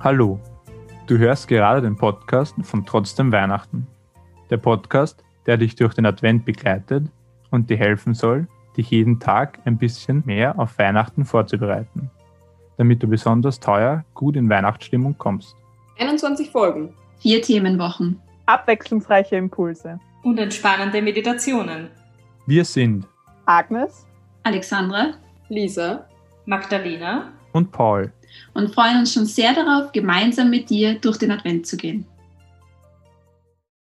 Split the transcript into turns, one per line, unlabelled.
Hallo, du hörst gerade den Podcast von Trotzdem Weihnachten. Der Podcast, der dich durch den Advent begleitet und dir helfen soll, dich jeden Tag ein bisschen mehr auf Weihnachten vorzubereiten, damit du besonders teuer gut in Weihnachtsstimmung kommst.
21 Folgen.
Vier Themenwochen.
Abwechslungsreiche Impulse.
und entspannende Meditationen.
Wir sind
Agnes,
Alexandra
Lisa,
Magdalena,
und Paul.
und freuen uns schon sehr darauf, gemeinsam mit dir durch den Advent zu gehen.